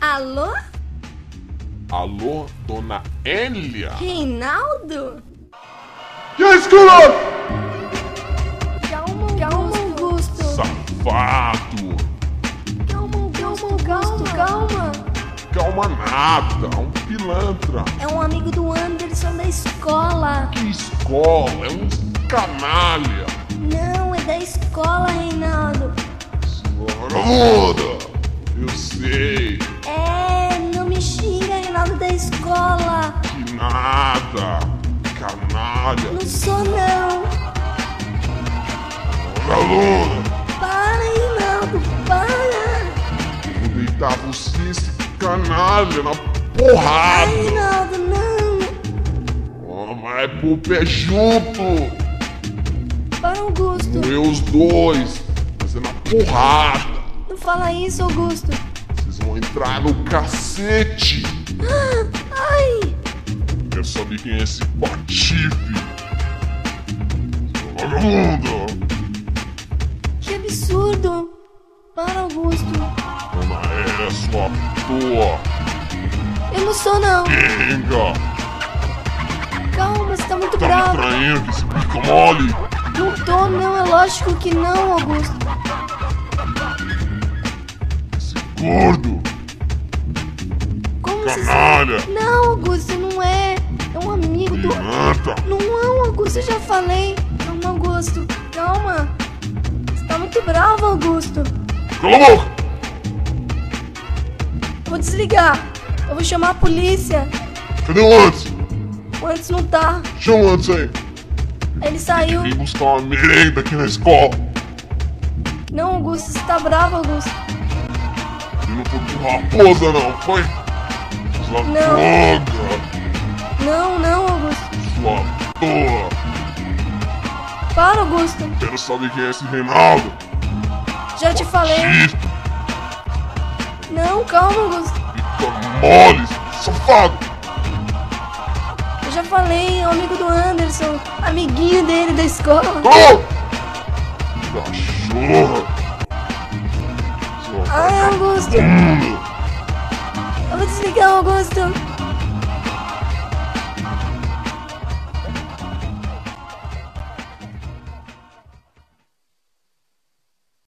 Alô? Alô, dona Elia? Reinaldo? Desculpa! Calma, calma, Augusto. Safado! Calma, calma, calma, calma. Calma nada, um pilantra. É um amigo do Anderson da escola. Que escola, é um canalha. Não, é da escola, Reinaldo. Senhora, eu sei É, não me xinga, Reinaldo da escola. que nada, canalha. Não sou, não. Alô, Para, Reinaldo, para. eu deitava você, esse canalha, na Ai, porrada. Reinaldo, não. Oh, mas pro pé junto. Para, Augusto. Doeu os dois, mas é na porrada. Não fala isso, Augusto. Vocês vão entrar no cacete. Ah, Ai, Quer saber quem é esse patife? Seu é Vagabundo! que absurdo. Para, Augusto. Dona Era, sua toa! Eu não sou, não. Enga! Calma, você tá muito Tá me bravo. traindo, esse pica mole! Não tô, não. É lógico que não, Augusto. Esse gordo! Como você Canalha! Não, Augusto, não é. É um amigo do. Piranta! Não é um Augusto, eu já falei. Calma, Augusto. Calma. Você tá muito bravo, Augusto. Cala a boca! Eu vou desligar. Eu vou chamar a polícia. Cadê o antes? O antes não tá. Chama o antes aí! Ele saiu. Vim buscar uma merenda aqui na escola! Não, Augusto, você tá bravo, Augusto. Ele não foi de raposa, não, foi? Sua droga! Não, não, Augusto. Sua toa! Para, Augusto. Quero saber quem é esse Reinaldo! Já te falei. Isso, Não, calma, Augusto. pica tá mole, safado! Eu já falei. É um amigo do Anderson. Amiguinho dele da escola. Gol! Cachorro! Seu Ai, Ah, Augusto. vagabundo! Eu vou desligar, Augusto.